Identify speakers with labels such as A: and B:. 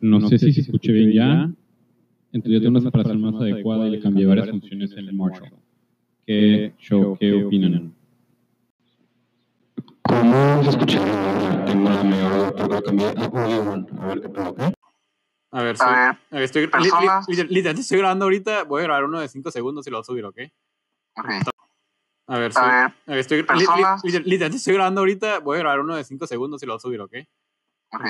A: No, sé, si se escuche bien ya. Entonces yo tengo una separación más adecuada y le cambié varias funciones en el Marshall. ¿Qué, show, ¿Qué opinan?
B: ¿Cómo se escucha? Tengo la mejor, pero la cambié a Audio One. A ver qué pedo, ¿ok?
C: A ver,
D: A
C: soy-
D: ver,
C: a ver, estoy, li- li-
D: personas.
C: li- literalmente estoy grabando ahorita. Voy a grabar uno de 5 segundos y lo voy a subir, ¿ok?
D: ok.
C: A ver, soy,
D: A
C: a
D: ver,
C: ver, estoy, li- li-
D: personas.
C: liter- literalmente estoy grabando ahorita. Voy a grabar uno de 5 segundos y lo voy a subir, ¿ok?
D: ok.